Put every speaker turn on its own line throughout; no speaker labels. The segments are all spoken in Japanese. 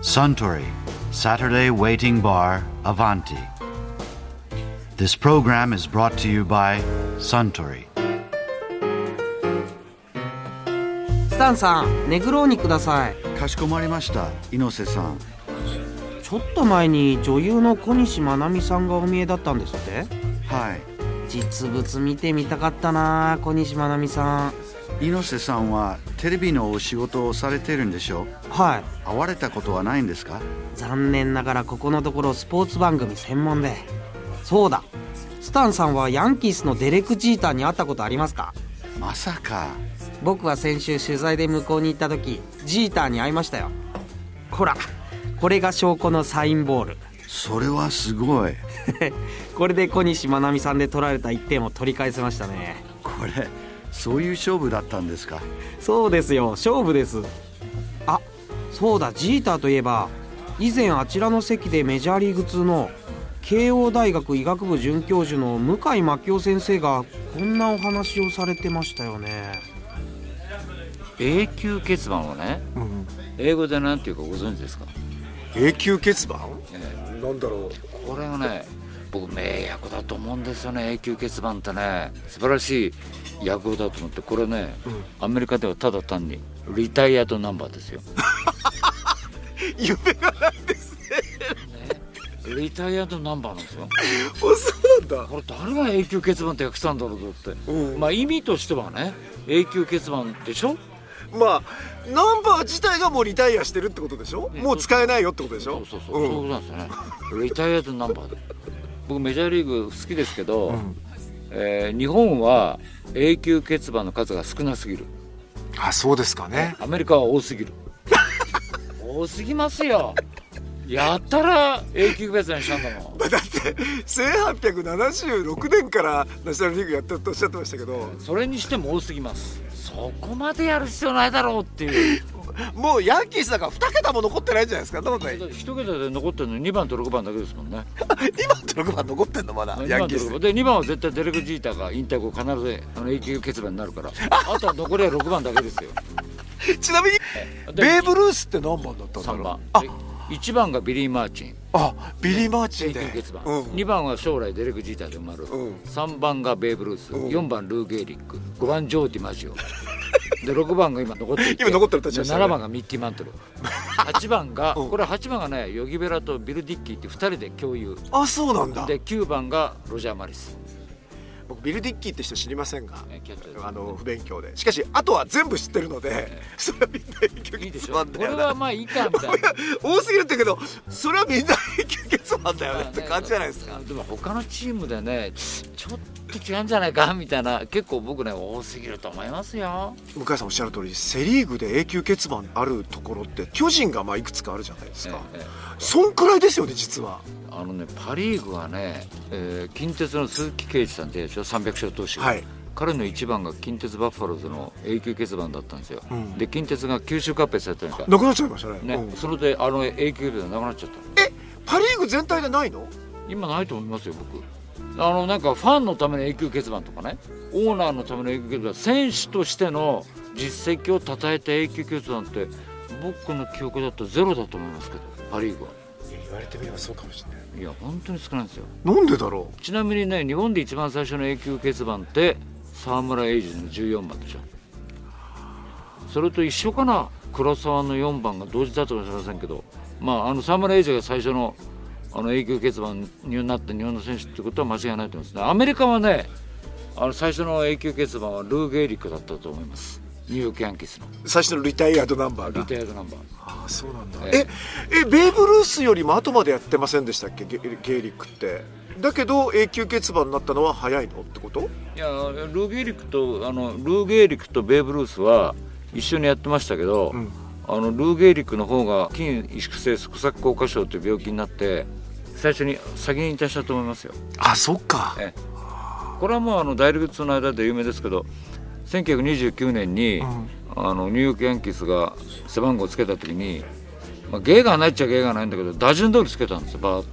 Suntory Saturday Waiting Bar Avanti. This program is brought to you by Suntory.
スタンさんネグローニください
かしこまりました猪瀬さん
ちょっと前に女優の小西真奈美さんがお見えだったんですって
はい
実物見てみたかったな小西真奈美さん
猪瀬さんはテレビのお仕事をされてるんでしょ
はい
会われたことはないんですか
残念ながらここのところスポーツ番組専門でそうだスタンさんはヤンキースのデレク・ジーターに会ったことありますか
まさか
僕は先週取材で向こうに行った時ジーターに会いましたよほらこれが証拠のサインボール
それはすごい
これで小西真奈美さんで取られた1点を取り返せましたね
これそういう勝負だったんですか
そうですよ勝負ですあそうだジーターといえば以前あちらの席でメジャーリーグ通の慶応大学医学部准教授の向井真紀夫先生がこんなお話をされてましたよね
永久欠番はね、英語でなんていうかご存知ですか、
永久欠番
え
なんだろう
えこれがね僕名役だと思うんですよね永久欠番ってね素晴らしい役語だと思ってこれね、アメリカではただ単にリタイアドナンバーですよ
夢が
リタイアドナンバーなんですよ
おそうなんだ
これ誰が永久欠番って訳したんだろうと思って、
うん
まあ意味としてはね永久欠番でしょ
まあナンバー自体がもうリタイアしてるってことでしょもう使えないよってことでし
そ
ょ
うそうそう、そういうことなんですよねリタイアドナンバーで僕メジャーリーグ好きですけど、えー日本は永久欠番の数が少なすぎる
あそうですかね
アメリカは多すぎる多すぎますよやったら永久欠番にしたんだもん
だって1876年からナショナルリーグやってるとおっしゃってましたけど
それにしても多すぎますそこまでやる必要ないだろうっていう
もうヤンキースだから2桁も残ってないんじゃないですかどうだい
だって一桁で残ってるの2番と6番だけですもんね
今と6番残ってんのまだ
2
ヤン
番
キ
と
ース
6番で2番は絶対デレク・ジーターが引退後必ずあの永久欠番になるからあとは残りは6番だけですよ
ちなみに
で
ベーブ・ルースって何番だったんだ
3
ろ
番
うあ
1番がビリー・マーチン
あビリー・マーチン
永
で
久欠番、
うん
2番は将来デレク・ジーターで埋まる、
うん
3番がベーブ・ルース、
うん
4番ルー・ゲーリック5番ジョー・ディマジオで6番が今残っていて
今残ってる立場ですよね
7番がミッキー・マン トル8番が、これ8番がねヨギベラとビル・ディッキーって2人で共有
あそうなんだ
で9番がロジャー・マリス
僕ビル・ディッキーって人知りませんが
えキャッチャーです
あの不勉強でしかしあとは全部知ってるのでそれはみんな永久
いいでし
欠
ょ
番
こ
だ
れ
よ
は
な
まあいいかみたいな
多すぎるって言うけどそれはみんな永久欠番だよねって感じじゃないですか
でも他のチームでねちょっと違うんじゃないか みたいな結構僕ね多すぎると思いますよ
向井さんおっしゃる通りセ・リーグで永久欠番あるところって巨人がまあいくつかあるじゃないですか、
ええ
そんくらいですよね実は
あのねパ・リーグはね、えー近鉄の鈴木圭一さんってでしょ300勝投手が、
はい
彼の1番が近鉄バッファローズの永久欠番だったんですよ、
うん
で近鉄が九州合併されたんか
なくなっちゃいましたね
ね、
うん
それであの永久欠番なくなっちゃった
えパ・リーグ全体でないの
今ないと思いますよ僕あのなんかファンのための永久欠番とかねオーナーのための永久欠番選手としての実績を称えた永久欠番って僕の記憶だとゼロだと思いますけどパ・リーグは
言われてみればそうかもしれない
いや本当に少ないんですよ
なんでだろ
ちなみにね日本で一番最初の永久欠番って沢村栄治の14番でしょそれと一緒かな黒沢の4番が同時だったかもしれませんけどまああの沢村栄治が最初のあの永久欠番になった日本の選手ってことは間違いないと思いますねアメリカはねあの最初の永久欠番はルー・ゲイリックだったと思いますニューヨーク・ヤンキースの
う最初のリタイアードナンバー
リ
が
タイアドナンバー
ああそうなんだ
え
ええベーブ・ルースよりも後までやってませんでしたっけゲゲイリックってだけど永久欠番になったのは早いのってこと
いやルー・ゲーリックとあのルー・ゲーリックとベーブ・ルースは一緒にやってましたけど、
ん
あのルー・ゲーリックの方が筋萎縮性側索硬化症という病気になって最初に先に引退したと思いますよ
あそっか
ええこれはもうあの大陸通の間で有名ですけど1929年に、あのニューヨーク・ヤンキースが背番号をつけた時に、まあ、芸がないっちゃ芸がないんだけど打順通りつけたんですよバーッ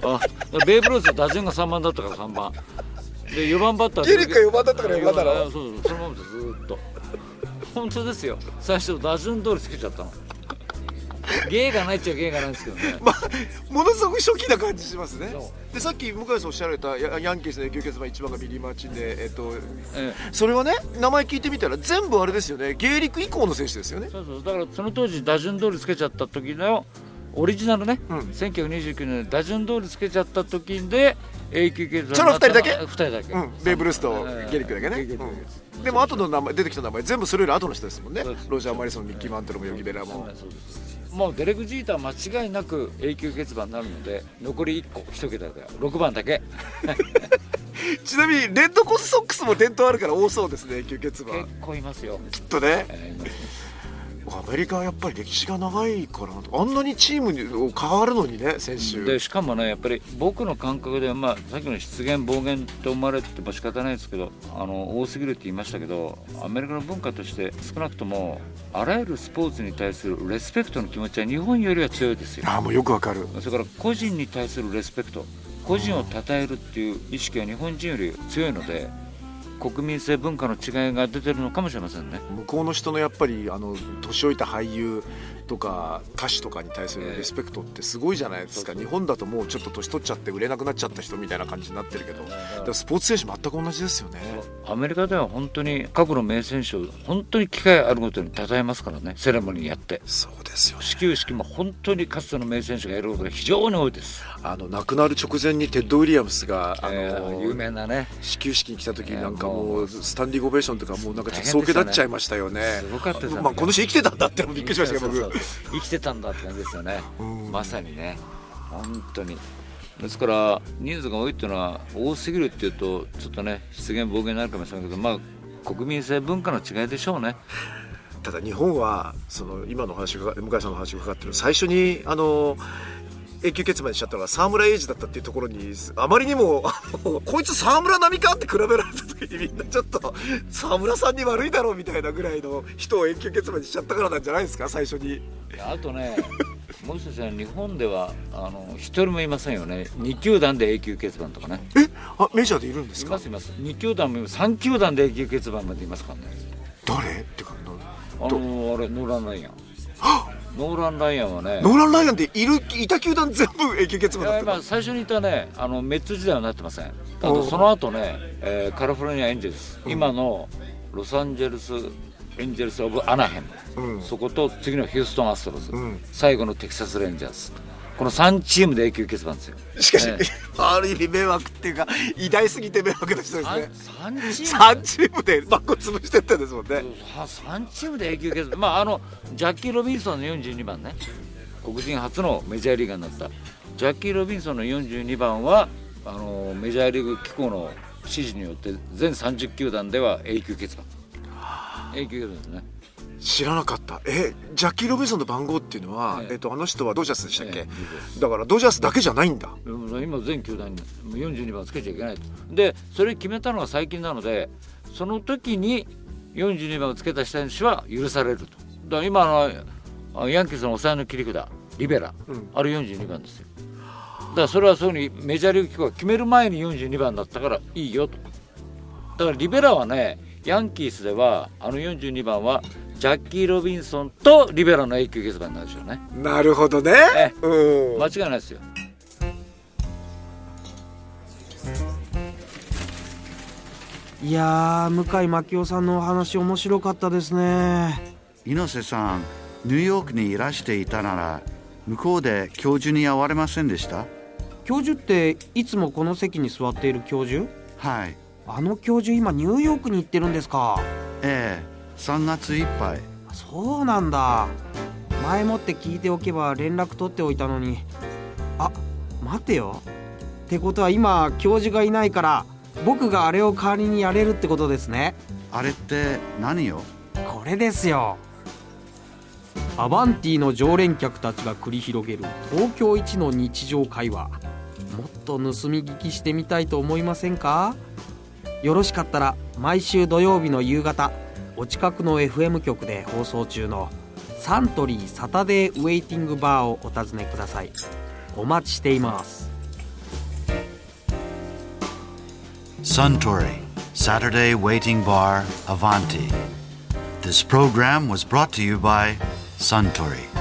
と あベーブ・ルースは打順が3番だったから3番で4番バッター
ゲーリックが4番だったから4番だろ
あそうそうそのままですずーっと本当ですよ最初打順通りつけちゃったの芸がないっちゃ芸がないんですけどね
まあ、ものすごく初期な感じしますね
そ
でさっき向井さんおっしゃられたヤヤンキースの野球決番一番がビリー・マーチンで、えっと、
え
それはね名前聞いてみたら全部あれですよね芸陸以降の選手ですよね
えそうそうだからその当時打順通りつけちゃった時のオリジナルね、
うん
1929年打順通りつけちゃった時で永久欠番
その二人だけ
2人だけ、
うん、ベーブ・ルースとゲリックだけね、
ゲリックだけ
うんでも後の名前出てきた名前全部それより後の人ですもんね
そうです
ロジャー・マリソンミッキー・マンテロもヨギ・ベラ
そう
も
ですそうですもうデレク・ジーターは間違いなく永久欠番になるので残り1個1桁だよ6番だけ
ちなみにレッドコスソックスも伝統あるから多そうですね吸血は
結構いますよ、
きっとね
えー
アメリカはやっぱり歴史が長いからなとあんなにチームに変わるのにね選
で
手
しかもねやっぱり僕の感覚では、まあ、さっきの失言暴言と思われても仕方ないですけどあの多すぎるって言いましたけどアメリカの文化として少なくともあらゆるスポーツに対するレスペクトの気持ちは日本よりは強いですよ
ああもうよくわかる
それから個人に対するレスペクト個人を称えるっていう意識は日本人より強いので国民性文化の違いが出てるのかもしれませんね
向こうの人のやっぱりあの年老いた俳優とか歌手とかに対するリスペクトってすごいじゃないですか、
ええ
日本だともうちょっと年取っちゃって売れなくなっちゃった人みたいな感じになってるけど、でもスポーツ選手全く同じですよね、
アメリカでは本当に過去の名選手を本当に機会あるごとに称えますからねセレモニーやって
そうですよね
始球式も本当にかつての名選手がやることが非常に多いです。
あの亡くなる直前にテッド・ウィリアムスがあの、
えー有名なね、
始球式に来た時
ええ
なんか
も
もうスタンディングオベーションとかもうなんかちょっと
大
総
変で
け
したね
立っちゃいましたよね
すごかったですよ
まあ、この人生きてたんだってびっくりしましたけど
そうそうそ
僕
う生きてたんだって感じですよね
うん。
まさにね、本当に。ですから人数が多いっていうのは多すぎるっていうとちょっとね失言暴言になるかもしれないけど、まあ国民性文化の違いでしょうね。
ただ日本はその今のお話が向井さんのお話がかかってる最初にあの永久欠番にしちゃったのが沢村栄治だったっていうところにあまりにもあのこいつ沢村並みかって比べられた時にみんなちょっと沢村さんに悪いだろうみたいなぐらいの人を永久欠番にしちゃったからなんじゃないですか最初に
あと ね、もう一つね日本ではあの一人もいませんよね。二球団で永久欠番とかね。
えあメジャーでいるんで
い
す
ま
か
すいます。二球団も三球団で永久欠番までいますからね。
誰ってか
あのー、あれノーラン・ラ イアンノーラン・ライアンはね
ノーラン・ライアンでいるいた球団全部永久欠
い
番だ
や
った
今
の
最初に言ったねあのメッツ時代はなってませんあとその後ね、えーカリフォルニア・エンジェルス、今のロサンゼルスエンジェルス・オブ・アナヘム、
うん
そこと次のヒューストン・アストロズ、
ん
最後のテキサス・レンジャーズこの3チームで永久欠番ですよ
しかし、
ね
ある意味迷惑っていうか偉大すぎて迷惑な人ですね
3, チーム
3チームで幕を潰してったんですもんね
は3チームで永久欠番まああのジャッキー・ロビンソンの42番ね黒人初のメジャーリーガーになったジャッキー・ロビンソンの42番はあのメジャーリーグ機構の指示によって全30球団では永久欠番永久欠番ですね
知らなかったえジャッキー・ロビンソンの番号っていうのは、
え
え
え
っと、あの人はドジャースでしたっけ、
ええ
だからドジャースだけじゃないんだ
でも今全球団に42番つけちゃいけないとでそれ決めたのが最近なのでその時に42番をつけた選手は許されるとだから今のあヤンキースの抑えの切り札リベラ、
うん
あれ42番ですよだからそれはそういうふうにメジャーリーグ機構が決める前に42番だったからいいよとだからリベラはねヤンキースではあの42番はジャッキー・ロビンソンとリベラの永久欠番なんでしょうね
なるほどね
え
うん
間違いないですよ
いやー向井真紀夫さんのお話面白かったですね
猪瀬さんニューヨークにいらしていたなら向こうで教授に会われませんでした
教授っていつもこの席に座っている教授
はい
あの教授今ニューヨークに行ってるんですか
ええ3月いっぱい
そうなんだ前もって聞いておけば連絡取っておいたのにあ待てよってことは今教授がいないから僕があれを代わりにやれるってことですね
あれって何を
これですよアバンティの常連客たちが繰り広げる東京一の日常会話もっと盗み聞きしてみたいと思いませんかよろしかったら毎週土曜日の夕方お近くの FM 局で放送中のサントリーサタデーウェイティングバーをお尋ねくださいお待ちしています
Suntory Saturday Waiting Bar Avanti This program was brought to you by Suntory